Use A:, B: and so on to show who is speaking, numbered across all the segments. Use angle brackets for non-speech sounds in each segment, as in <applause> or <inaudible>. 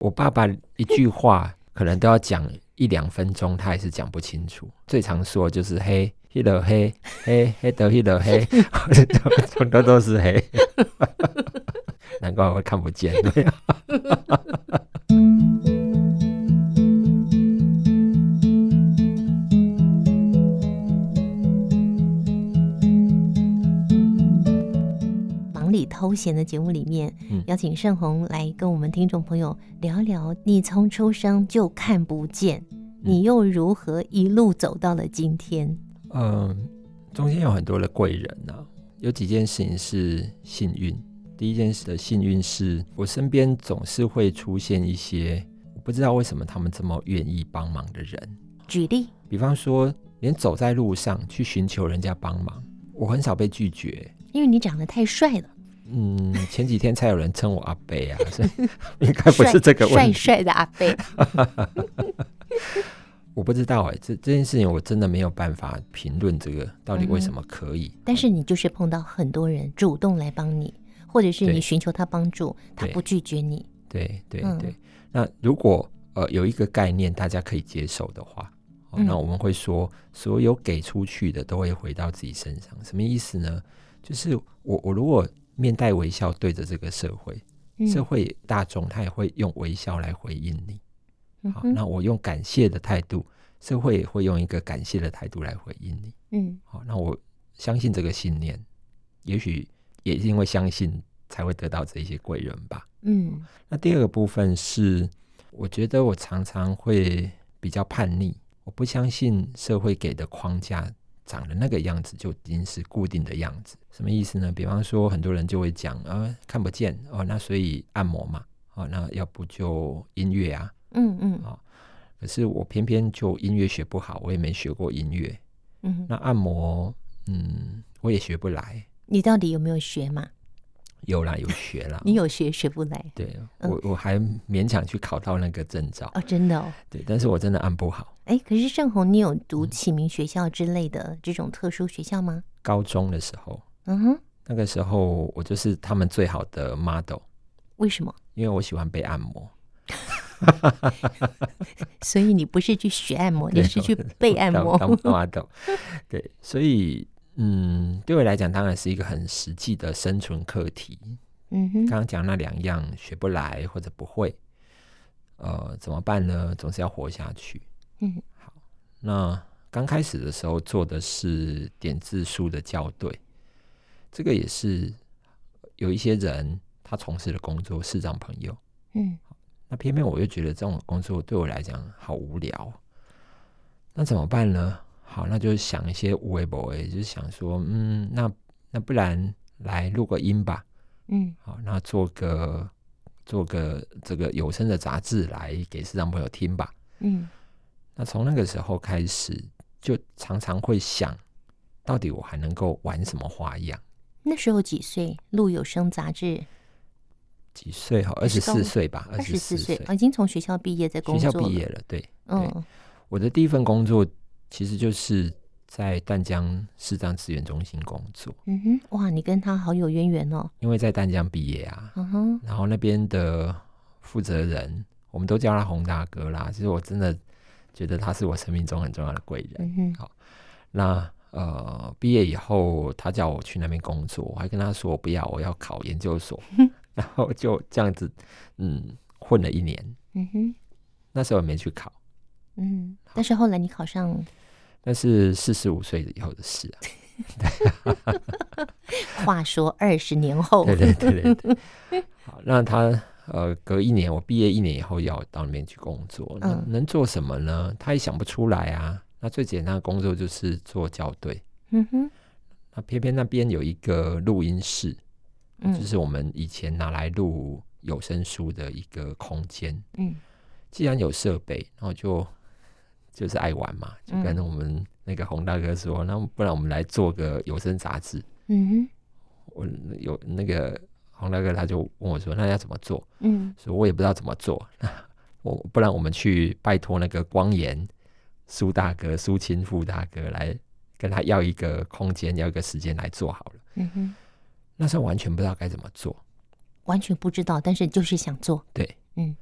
A: 我爸爸一句话可能都要讲一两分钟，他也是讲不清楚。最常说就是嘿，一楼嘿，嘿嘿的一楼嘿，很多都是嘿， <laughs> 难怪我看不见。对啊
B: 忙里偷闲的节目里面，
A: 嗯
B: 邀请盛红来跟我们听众朋友聊聊，你从出生就看不见，
A: 嗯
B: 你又如何一路走到了今天？
A: <laughs> 嗯，中间有很多的贵人呐、有几件事情是幸运。第一件事的幸运是我身边总是会出现一些我不知道为什么他们这么愿意帮忙的人，
B: 举例，
A: 比方说连走在路上去寻求人家帮忙，我很少被拒绝。
B: 因为你长得太帅了， <laughs>
A: 嗯，前几天才有人称我阿贝啊，所以应该 <laughs> 不是这个问
B: 帅
A: 题。
B: 帅的阿贝，
A: 我不知道哎、这这件事情我真的没有办法评论这个到底为什么可以。
B: <laughs> 嗯但是你就是碰到很多人主动来帮你，或者是
A: 对
B: 你寻求他帮助，他
A: 对
B: 不拒绝你。
A: 对对
B: 嗯
A: 对。那如果呃有一个概念大家可以接受的话，哦
B: 嗯
A: 那我们会说，所有给出去的都会回到自己身上。什么意思呢？就是我我如果面带微笑对着这个社会，社
B: 嗯，
A: 会大众他也会用微笑来回应你。
B: 嗯
A: 好，
B: 哼
A: 那我用感谢的态度，社会也会用一个感谢的态度来回应你。
B: 嗯，
A: 好，那我相信这个信念，也许也因为相信才会得到这一些贵人吧。
B: 嗯，
A: 那第二个部分是，我觉得我常常会比较叛逆，我不相信社会给的框架长得那个样子就已经是固定的样子。什么意思呢？比方说，很多人就会讲啊、看不见哦，那所以按摩嘛，哦，那要不就音乐啊。
B: 嗯嗯
A: 可是我偏偏就音乐学不好，我也没学过音乐。
B: 嗯，
A: 那按摩，嗯，我也学不来。
B: 你到底有没有学嘛？。
A: 有啦，有学啦
B: 你有学学不来
A: 对我，我还勉强去考到那个证照。
B: 哦，真的哦。
A: 对，但是我真的按不好。
B: 哎，可是盛红，你有读
A: 嗯
B: 启明学校之类的这种特殊学校吗？
A: 高中的时候，
B: 嗯哼，
A: 那个时候我就是他们最好的 model，
B: 为什么？
A: 因为我喜欢被按摩。
B: 所以你不是去学按摩，你
A: 对
B: 是
A: 我
B: 去被按
A: 当
B: 摩。
A: 当 model，对， <laughs> 所以嗯，对我来讲当然是一个很实际的生存课题。
B: 嗯
A: 刚
B: 哼，
A: 刚讲那两样学不来或者不会，呃，怎么办呢？总是要活下去。
B: 嗯，
A: 好，那刚开始的时候做的是点字书的校对，这个也是有一些人他从事的工作，视障朋友。
B: 嗯
A: 那偏偏我又觉得这种工作对我来讲好无聊，那怎么办呢？好，那就想一些无为不为，就是想说，嗯，那那不然来录个音吧。
B: 嗯
A: 好，那做个做个这个有声的杂志来给市场朋友听吧。
B: 嗯
A: 那从那个时候开始，就常常会想，到底我还能够玩什么花样？
B: 那时候几岁？录有声杂志，
A: 几岁哈？二
B: 是
A: 十
B: 高
A: 四岁吧，二
B: 二十四
A: 四
B: 岁，哦已经从学校毕业，在工
A: 学
B: 作
A: 校
B: 了。
A: 毕业了。对，
B: 嗯
A: 我的第一份工作其实就是在淡江视障资源中心工作，
B: 嗯哼，哇，你跟他好有渊源哦。
A: 因为在淡江毕业啊，
B: 嗯哼，
A: 然后那边的负责人，我们都叫他洪大哥啦。其实我真的觉得他是我生命中很重要的贵人。
B: 嗯哼，
A: 那呃，毕业以后，他叫我去那边工作，我还跟他说我不要，我要考研究所，然后就这样子，嗯，混了一年。
B: 嗯哼，
A: 那时候也没去考，
B: 嗯。但是后来你
A: <laughs>
B: 考上
A: 那是四十五岁以后的事啊。
B: 话说二十年后，
A: 对对对对对。
B: <laughs>
A: 好，那他呃，隔一年，我毕业一年以后要到那边去工作，那
B: 嗯
A: 能做什么呢？他也想不出来啊。那最简单的工作就是做校对。
B: 嗯哼，
A: 那偏偏那边有一个录音室，就
B: 嗯
A: 是我们以前拿来录有声书的一个空间。
B: 嗯
A: 既然有设备，那我就就是爱玩嘛，
B: 嗯
A: 就跟我们那个洪大哥说，那不然我们来做个有声杂志。
B: 嗯哼，
A: 我有那个洪大哥他就问我说，那要怎么做？
B: 嗯
A: 所以我也不知道怎么做。我不然我们去拜托那个光岩苏大哥、苏清富大哥来跟他要一个空间，要一个时间来做好了。
B: 嗯哼，
A: 那时候完全不知道该怎么做，
B: 完全不知道，但是就是想做。
A: 对，
B: 嗯，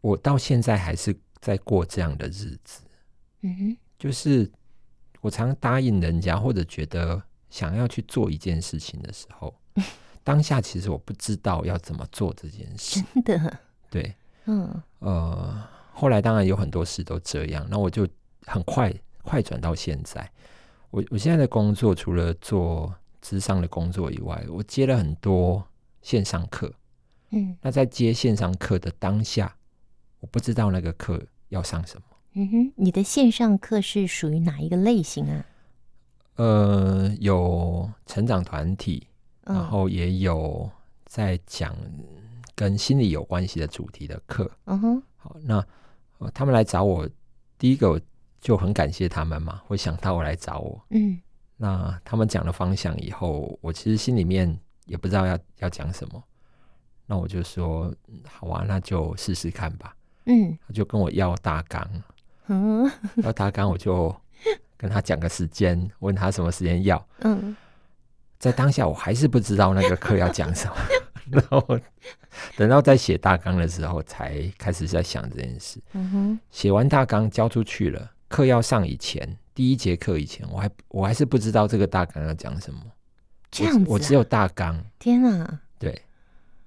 A: 我到现在还是在过这样的日子，
B: 嗯哼，
A: 就是我常答应人家或者觉得想要去做一件事情的时候， <laughs> 当下其实我不知道要怎么做这件事。
B: 真的，
A: 对，
B: 嗯
A: 呃，后来当然有很多事都这样，那我就很快快转到现在。我我现在的工作除了做智商的工作以外，我接了很多线上课。
B: 嗯
A: 那在接线上课的当下，我不知道那个课要上什么。
B: 嗯哼，你的线上课是属于哪一个类型啊？
A: 呃，有成长团体，
B: 嗯、
A: 然后也有在讲跟心理有关系的主题的课。
B: 嗯哼，
A: 好，那、呃他们来找我，第一个我就很感谢他们嘛，会想到我来找我。
B: 嗯
A: 那他们讲了方向以后，我其实心里面也不知道要要讲什么，那我就说嗯好啊，那就试试看吧。
B: 嗯
A: 他就跟我要大纲，
B: 嗯
A: 要大纲我就跟他讲个时间，问他什么时间要。
B: 嗯，
A: 在当下我还是不知道那个课要讲什么， <laughs> 然后等到在写大纲的时候才开始在想这件事。
B: 嗯哼，
A: 写完大纲交出去了，课要上以前，第一节课以前，我还我还是不知道这个大纲要讲什么。
B: 这样子、啊
A: 我，我只有大纲，
B: 天啊，
A: 对，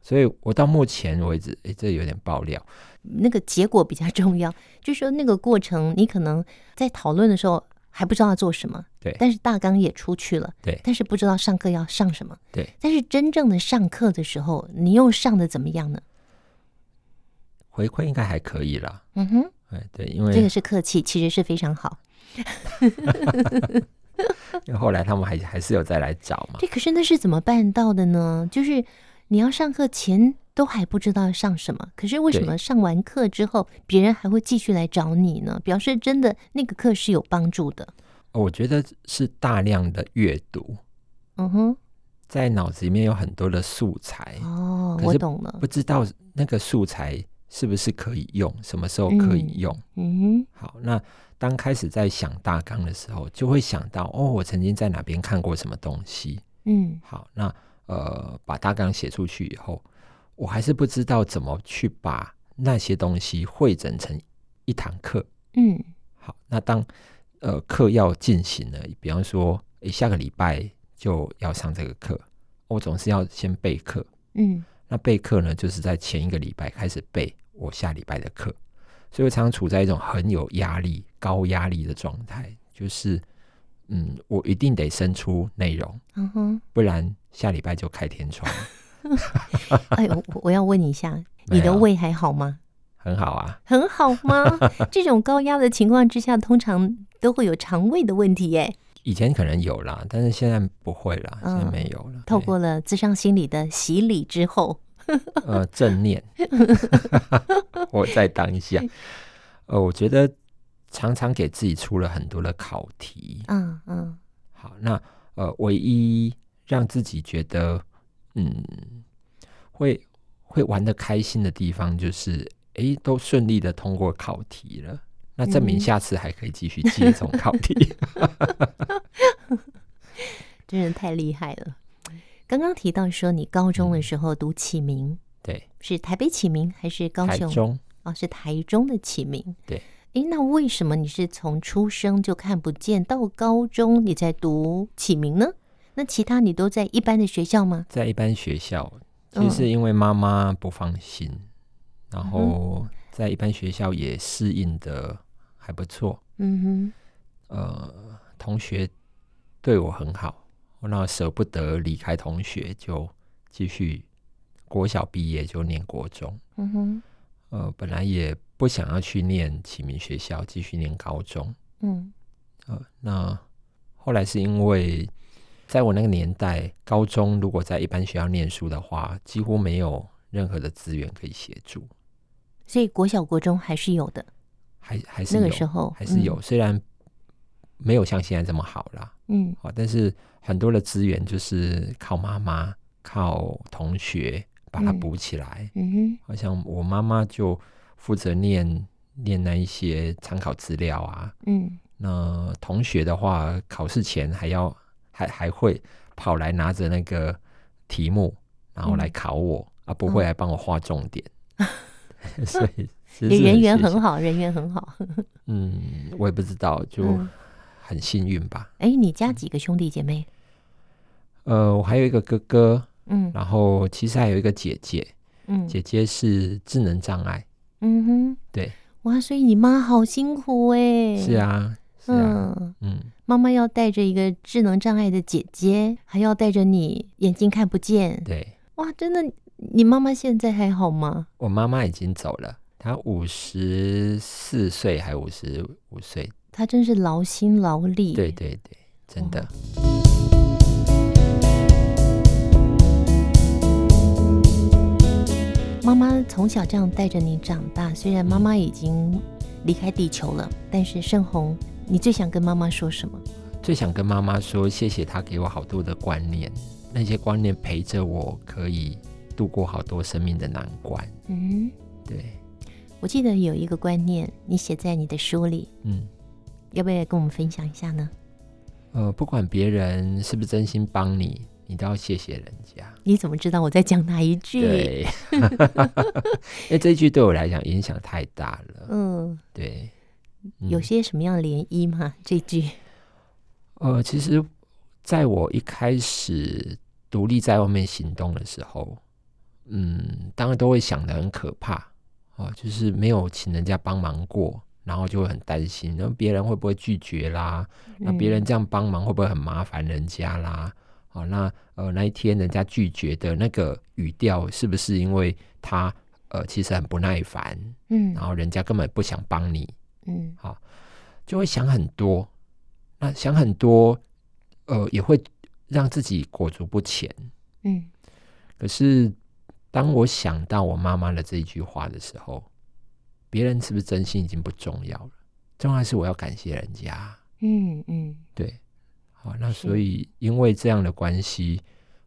A: 所以我到目前为止，诶，这有点爆料，
B: 那个结果比较重要，就是说那个过程，你可能在讨论的时候还不知道要做什么，
A: 对
B: 但是大纲也出去了，
A: 对
B: 但是不知道上课要上什么，
A: 对，
B: 但是真正的上课的时候，你又上的怎么样呢？
A: 回馈应该还可以啦。
B: 嗯哼，
A: 哎，对，因
B: 这
A: 为
B: 个是客气，其实是非常好。
A: 因为后来他们还还是有再来找嘛。
B: 这可是那是怎么办到的呢？就是你要上课前都还不知道要上什么，可是为什
A: 对
B: 么上完课之后，别人还会继续来找你呢？表示真的那个课是有帮助的。
A: 我觉得是大量的阅读，
B: 嗯哼，
A: 在脑子里面有很多的素材，
B: 哦，
A: 哎可
B: 我
A: 是
B: 懂了
A: 不。知道那个素材是不是可以用，什么时候可以用。
B: 嗯
A: 好，那当开始在想大纲的时候，就会想到哦，我曾经在哪边看过什么东西。
B: 哼，嗯
A: 好，那呃，把大纲写出去以后，我还是不知道怎么去把那些东西汇整成一堂课。
B: 嗯
A: 好，那当呃课要进行了，比方说，诶、下个礼拜就要上这个课，我总是要先备课。
B: 嗯
A: 那备课呢，就是在前一个礼拜开始备我下礼拜的课，所以我常常处在一种很有压力、高压力的状态，就是嗯，我一定得生出内容，<laughs>
B: 嗯哼。
A: 不然下礼拜就开天窗 <laughs> 了，
B: 哎呦，我我要问你一下，
A: 没
B: 你的
A: 有
B: 胃还好吗？
A: 很好啊。
B: 很好
A: <laughs>
B: 吗？这种高压的情况之下，通常都会有肠胃的问题耶。
A: 以前可能有啦，但是现在不会啦，
B: 嗯
A: 现在没有了。
B: 透
A: 对
B: 过了智商心理的洗礼之后，
A: 呃正念，
B: <laughs>
A: 我在当下，呃，我觉得常常给自己出了很多的考题。
B: 嗯嗯
A: 好，那呃，唯一让自己觉得嗯会会玩的开心的地方，就是诶，都顺利的通过考题了，那证明
B: 嗯
A: 下次还可以继续接这种考
B: <laughs>
A: 题。
B: 真的太厉害了。刚刚提到说，你高中的
A: 嗯
B: 时候读启明，
A: 对，
B: 是台北启明还是高
A: 台
B: 雄？
A: 中
B: 哦，是台中的启明。
A: 对。
B: 诶，那为什么你是从出生就看不见，到高中你才读启明呢？那其他你都在一般的学校吗？
A: 在一般学校，
B: 嗯嗯
A: 其实因为妈妈不放心，然
B: 哼
A: 后在一般学校也适应的还不错，
B: 嗯
A: 呃，同学对我很好，我那舍不得离开同学，就继续国小毕业就念国中，
B: 哼，嗯哼，
A: 呃，本来也不想要去念启明学校，继续念高中，
B: 嗯
A: 呃，那后来是因为在我那个年代，高中如果在一般学校念书的话，几乎没有任何的资源可以协助，
B: 所以国小、国中还是有的。
A: 还还是
B: 那
A: 有，
B: 个时候
A: 还是有，，虽然没有像现在这么好啦，
B: 嗯
A: 好，但是很多的资源就是靠妈妈、靠同学把它
B: 嗯
A: 补起来。
B: 嗯嗯
A: 好像我妈妈就负责念念那一些参考资料啊，
B: 哼嗯，
A: 那同学的话，考试前还要还还会跑来拿着那个
B: 嗯 <laughs>
A: 题目，然后来考我、啊，不会来帮我画重点，所以其实
B: 你
A: 是
B: 人缘
A: 谢谢
B: 很，好，人缘很好。
A: 嗯，我也不知道，就
B: 嗯
A: 很幸运吧。
B: 哎，你家几个兄弟姐妹？
A: 呃，我还有一个哥哥，
B: 嗯
A: 然后其实还有一个姐姐，
B: 嗯
A: 姐姐是智能障碍，
B: 嗯哼，
A: 对，
B: 哇，所以你妈好辛苦哎。
A: 是，啊，是啊，
B: 嗯，
A: 嗯，
B: 妈妈要带着一个智能障碍的姐姐，还要带着你眼睛看不见。
A: 对
B: 哇，真的，你妈妈现在还好吗？
A: 我妈妈已经走了，她五十四岁还五十五岁，
B: 她真是劳心劳力。
A: 对对对，真的，
B: 妈妈从小这样带着你长大，虽然妈妈已经离开地球了，但是盛红，你最想跟妈妈说什么？
A: 最想跟妈妈说谢谢她给我好多的观念，那些观念陪着我可以度过好多生命的难关，
B: 嗯，
A: 对，
B: 我记得有一个观念，你写在你的书里，
A: 嗯。
B: 要不要也跟我们分享一下呢？
A: 呃，不管别人是不是真心帮你，你都要谢谢人家。
B: 你怎么知道我在讲哪一句？， <laughs>
A: 对，因为这一句对我来讲影响太大了。
B: 嗯，
A: 对，嗯
B: 有些什么样的涟漪吗？ <laughs> 这句，
A: 呃，其实在我一开始独立在外面行动的时候，嗯，当然都会想的很可怕哦、就是没有请人家帮忙过，然后就会很担心，那别人会不会拒绝啦？那
B: 嗯
A: 别人这样帮忙会不会很麻烦人家啦？好、那呃那一天人家拒绝的那个语调，是不是因为他呃其实很不耐烦，
B: 嗯，
A: 然
B: 嗯
A: 后人家根本不想帮你，
B: 嗯
A: 就会想很多。那想很多，呃，也会让自己裹足不前。
B: 嗯
A: 可是当我想到我妈妈的这一句话的时候，别人是不是真心已经不重要了，重要是我要感谢人家。
B: 嗯嗯
A: 对，好，那
B: 是
A: 所以因为这样的关系，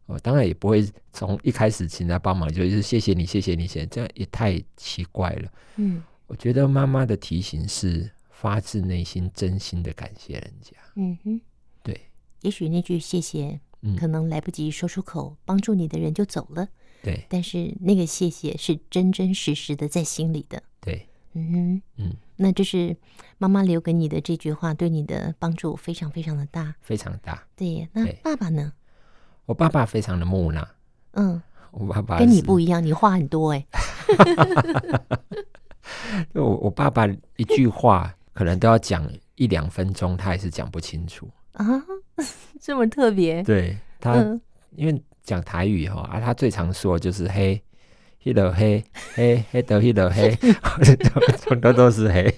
A: 呃，当然也不会从一开始请他帮忙，就是谢谢你，谢谢你，谢谢你，这样也太奇怪了。
B: 嗯
A: 我觉得妈妈的提醒是发自内心、真心的感谢人家。
B: 嗯哼，
A: 对，
B: 也许那句谢谢，
A: 嗯
B: 可能来不及说出口，帮助你的人就走了。
A: 对，
B: 但是那个谢谢是真真实实的在心里的。
A: 对，
B: 嗯哼，
A: 嗯，
B: 那就是妈妈留给你的这句话对你的帮助非常非常的大。
A: 非常大。
B: 对，那
A: 对
B: 爸爸呢？
A: 我爸爸非常的木讷，
B: 嗯，
A: 我爸爸
B: 跟你
A: 是
B: 不一样，你话很多哎、
A: <laughs> 我我爸爸一句话 <laughs> 可能都要讲一两分钟，他还是讲不清楚。
B: 啊， <laughs> 这么特别。
A: 对他，
B: 嗯 <laughs>
A: 因为讲台语哈啊，他最常说的就是黑，黑的黑，黑黑的黑的黑，很多 <laughs> 都是黑。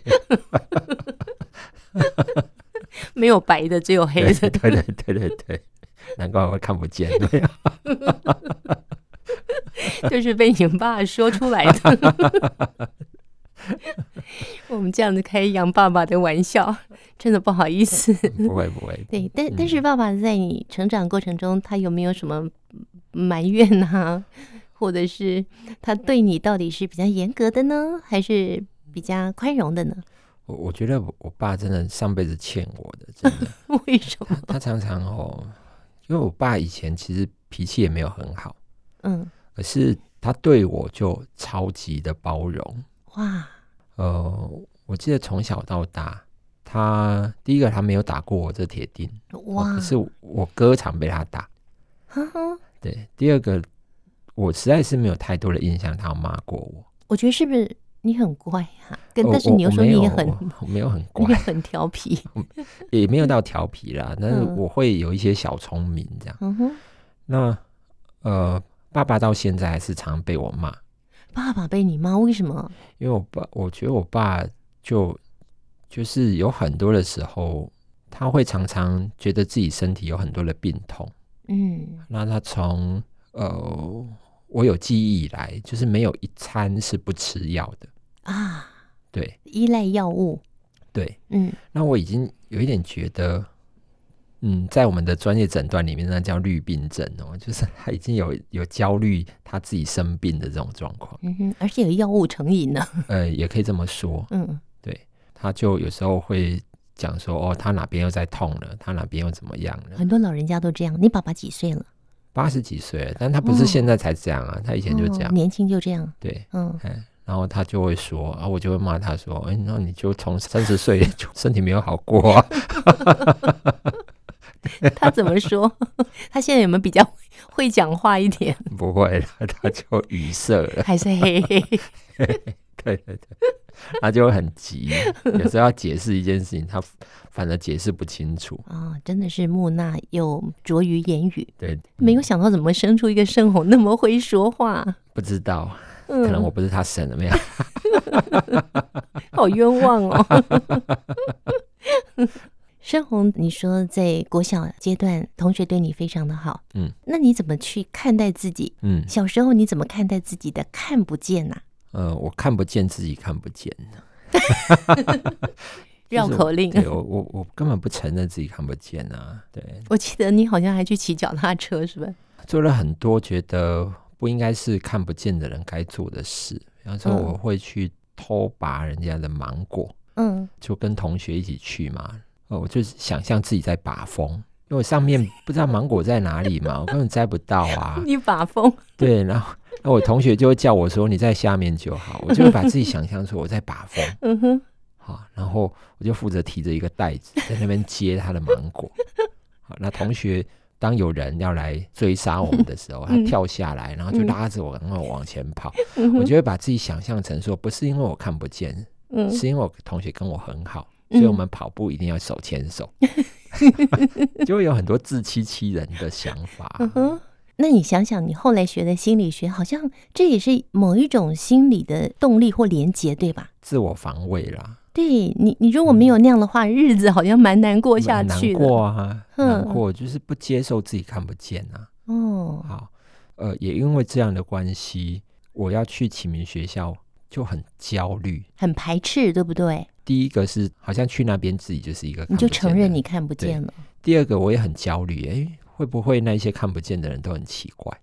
B: 没有白的，只有黑
A: 对对
B: 的。
A: 对对对对，难怪我看不见。 <laughs> 对啊
B: <laughs> 就是被你爸说出来的。 <laughs> 我们这样子开杨爸爸的玩笑，真的不好意思。
A: 不会不会，
B: <laughs> 对，但
A: 嗯
B: 但是爸爸在你成长过程中，他有没有什么埋怨啊， <laughs> 或者是他对你到底是比较严格的呢，还是比较宽容的呢？ <laughs>
A: 我我觉得我我爸真的上辈子欠我的，真的。
B: 为什么？
A: 他常常哦，因为我爸以前其实脾气也没有很好，
B: 嗯，
A: 可是他对我就超级的包容。
B: 哇，
A: 呃，我记得从小到大，他第一个他没有打过我这铁钉，哦
B: 哇，
A: 可是我哥常被他打。
B: 哈哈，
A: 对，第二个我实在是没有太多的印象，他有骂过我。
B: 我觉得是不是你很乖呀、跟
A: 哦
B: 但是
A: 我
B: 你又
A: 我
B: 说
A: 没
B: 你
A: 有
B: 很
A: 我我没有
B: <laughs>
A: 很
B: 你
A: 乖，
B: 很调皮，
A: 也没有到调皮啦，但是
B: 嗯
A: 我会有一些小聪明这样。
B: 嗯哼，
A: 那呃，爸爸到现在还是常被我骂。
B: 爸爸被你骂，为什么？
A: 因为我爸，我觉得我爸就就是有很多的时候，他会常常觉得自己身体有很多的病痛。
B: 嗯
A: 那他从呃我有记忆以来，就是没有一餐是不吃药的。
B: 啊，
A: 对
B: 依赖药物，
A: 对，
B: 嗯，
A: 那我已经有一点觉得，嗯，在我们的专业诊断里面，那叫绿病症哦，就是他已经有有焦虑他自己生病的这种状况
B: 嗯哼，而且有药物成瘾呢，
A: 呃，也可以这么说。
B: 嗯
A: 对，他就有时候会讲说，哦，他哪边又在痛了，他哪边又怎么样了。
B: 很多老人家都这样。你爸爸几岁了？嗯
A: 八十几岁了，但他不是现在才这样啊，他以前就这样。
B: 哦年轻就这样，
A: 对，
B: 嗯
A: 嗯，然后他就会说，啊，我就会骂他说，哎、那你就从三十岁就身体没有好过啊，
B: 他怎么说？ <laughs> 他现在有没有比较会讲话
A: <laughs>
B: 一点？
A: 不会啦，他就语塞了，
B: 还是嘿嘿嘿？
A: 对对对，他就会很急，有时候要解释一件事情，他反而解释不清楚，
B: 啊、真的是木讷又拙于言语，
A: 对，
B: 没有想到怎么生出一个盛红那么会说话，
A: 不知道，
B: 嗯，
A: 可能我不是他生的没有，
B: 好冤枉
A: <laughs>
B: 哦。盛红，你说在国小阶段，同学对你非常的好，
A: 嗯，
B: 那你怎么去看待自己？
A: 嗯。
B: 小时候你怎么看待自己的看不见啊呐、
A: 呃，我看不见自己看不见，
B: 绕口令。
A: 对我我我根本不承认自己看不见啊！对，
B: <laughs> 我记得你好像还去骑脚踏车是吧？
A: 做了很多觉得不应该是看不见的人该做的事，比方说
B: 嗯
A: 我会去偷拔人家的芒果，
B: 嗯，，
A: 就跟同学一起去嘛，呃，我就想象自己在把风，因为我上面不知道芒果在哪里嘛，我根本摘不到啊
B: <laughs> 你把风，
A: 对，然后。那我同学就会叫我说：“你在下面就好。”我就会把自己想象说我在把风，
B: 嗯哼，
A: 好，然后我就负责提着一个袋子在那边接他的芒
B: <laughs>
A: 果。好，那同学当有人要来追杀我们的
B: <laughs>
A: 时候，他
B: 嗯
A: 跳下来，然后就
B: 嗯
A: 拉着我，然后往前跑。
B: <laughs> 嗯
A: 我
B: 哼，
A: 就会把自己想象成说，不是因为我看不见，
B: 嗯，
A: 是因为我同学跟我很好，所以我
B: 嗯
A: 们跑步一定要手牵
B: <laughs>
A: 手，就会有很多自欺欺人的想法。
B: 嗯哼。那你想想，你后来学的心理学，好像这也是某一种心理的动力或连结，对吧？
A: 自我防卫啦，
B: 对你，你如果没有那样的话，日子好像蛮难过下
A: 嗯蛮
B: 去
A: 难
B: 的。
A: 过啊，难
B: 嗯
A: 过就是不接受自己看不见啊。
B: 哦，
A: 好，呃，也因为这样的关系，我要去启明学校就很焦虑。
B: 很排斥，对不对？
A: 第一个是好像去那边自己就是一个看
B: 你就
A: 不见
B: 承
A: 的
B: 认
A: 人
B: 你。看不见了。
A: 第二个我也很焦虑，诶，会不会那一些看不见的人都很奇怪？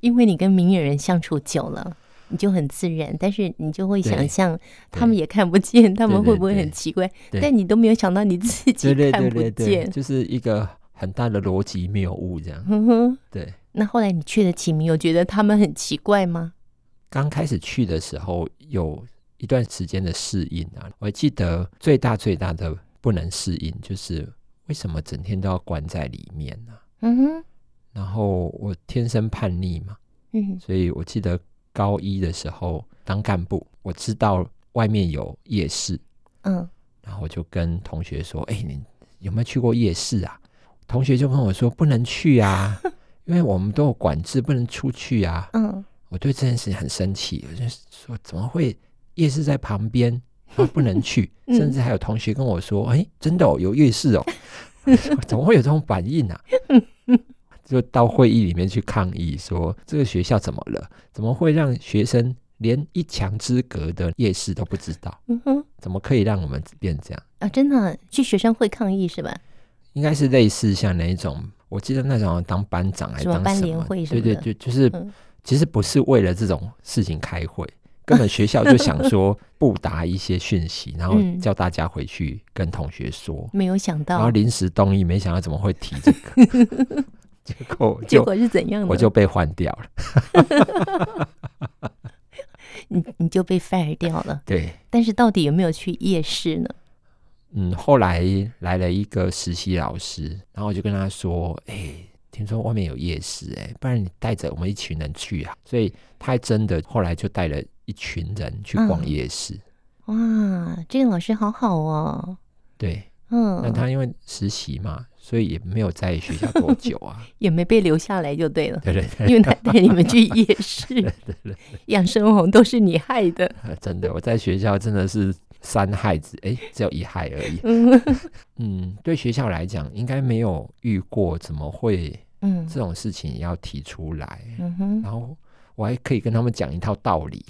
B: 因为你跟明眼人相处久了，你就很自然，但是你就会想
A: 对
B: 象他们也看不见，他们
A: 对对
B: 会不会
A: 对
B: 很奇怪？
A: 对
B: 但你都没有想到你自
A: 对
B: 己
A: 对
B: 看
A: 对
B: 不
A: 对对，
B: 见。
A: 就是一个很大的逻辑谬误这样。
B: 哼哼，
A: 对，
B: 那后来你去了启明，有觉得他们很奇怪吗？
A: 刚开始去的时候有一段时间的适应啊，我还记得最大最大的不能适应就是为什么整天都要关在里面呢、
B: 嗯哼，
A: 然后我天生叛逆嘛，
B: 嗯
A: 所以我记得高一的时候当干部，我知道外面有夜市，
B: 嗯，
A: 然后我就跟同学说：“哎、你有没有去过夜市啊？”同学就跟我说：“不能去啊，因为我们都有管制，不能出去啊。
B: 嗯，”
A: 我对这件事情很生气，我就说：“怎么会夜市在旁边，然后不能去？”
B: 嗯
A: 甚至还有同学跟我说：“哎、真的、哦、有夜市哦， <laughs> 我说怎么会有这种反应啊？” <laughs> 就到会议里面去抗议说：“这个学校怎么了？怎么会让学生连一墙之隔的夜市都不知道？
B: 嗯哼，
A: 怎么可以让我们变这样？”
B: 啊，真的啊去学生会抗议是吧？
A: 应该是类似像那一种，我记得那种好像当班长还是
B: 什么
A: 当
B: 班
A: 什
B: 联
A: 么，
B: 会什
A: 对
B: 么
A: 对
B: 的
A: 对，就是、
B: 嗯
A: 其实不是为了这种事情开会， <laughs> 根本学校就想说布达一些讯息，然后
B: 嗯哦
A: 叫大家回去跟同学说，
B: 没有想
A: 然后
B: 到，
A: 临时动议，没想到怎么会提这个，
B: <laughs>
A: 结果我
B: 结
A: 就
B: 果是怎样的？
A: 我就被换掉了，
B: 你你就被 fire 掉了。
A: 对。
B: 但是到底有没有去夜市呢？
A: 嗯，后来来了一个实习老师，然后我就跟他说：“哎、听说外面有夜市、哎，不然你带着我们一群人去啊。”所以他还真的后来就带了一群人去逛
B: 嗯
A: 夜市。
B: 哇，这个老师好好哦。
A: 对，那
B: 嗯，
A: 他因为实习嘛，所以也没有在学校多久
B: <laughs>
A: 啊。
B: 也没被留下来就对
A: <laughs>
B: 了。
A: 对对对，
B: 因为他带你们去夜市， <laughs> 养生红都是你害的。
A: 呃真的，我在学校真的是三害子，哎、只有一害而已。
B: 嗯
A: <laughs> 嗯，对学校来讲，应该没有遇过怎么会
B: 嗯
A: 这种事情也要提出来。
B: 嗯哼，
A: 然后我还可以跟他们讲一套道理。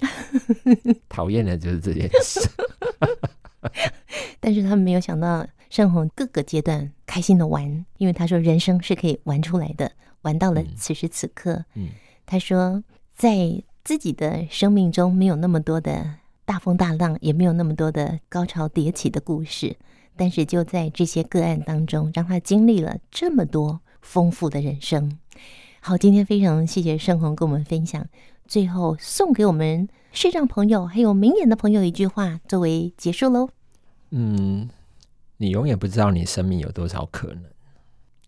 A: 讨厌的就是这件事。 <laughs>
B: 但是他们没有想到盛红各个阶段开心的玩，因为他说人生是可以玩出来的，玩到了
A: 嗯
B: 此时此刻。
A: 嗯，
B: 他说在自己的生命中没有那么多的大风大浪，也没有那么多的高潮迭起的故事，但是就在这些个案当中，让他经历了这么多丰富的人生。好，今天非常谢谢盛红跟我们分享，最后送给我们视障朋友还有明眼的朋友一句话作为结束喽。
A: 嗯，你永远不知道你生命有多少可能。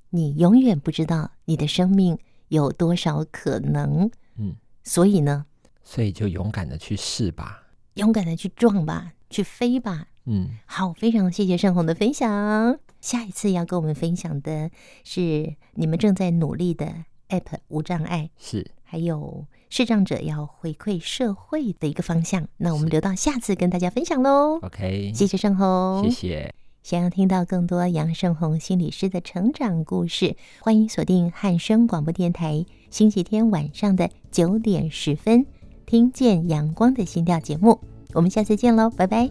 B: 你永远不知道你的生命有多少可能，
A: 嗯，
B: 所以呢，
A: 所以就勇敢的去试吧。
B: 勇敢的去撞吧，去飞吧。
A: 嗯，
B: 好，非常谢谢盛红的分享。下一次要跟我们分享的是你们正在努力的 App 无障碍，
A: 是，
B: 还有视障者要回馈社会的一个方向。那我们
A: 是
B: 留到下次跟大家分享喽。
A: OK，
B: 谢谢盛红，
A: 谢谢，
B: 想要听到更多杨胜红心理师的成长故事，欢迎锁定汉声广播电台星期天晚上的九点十分，听见阳光的心跳节目。我们下次见喽，拜拜。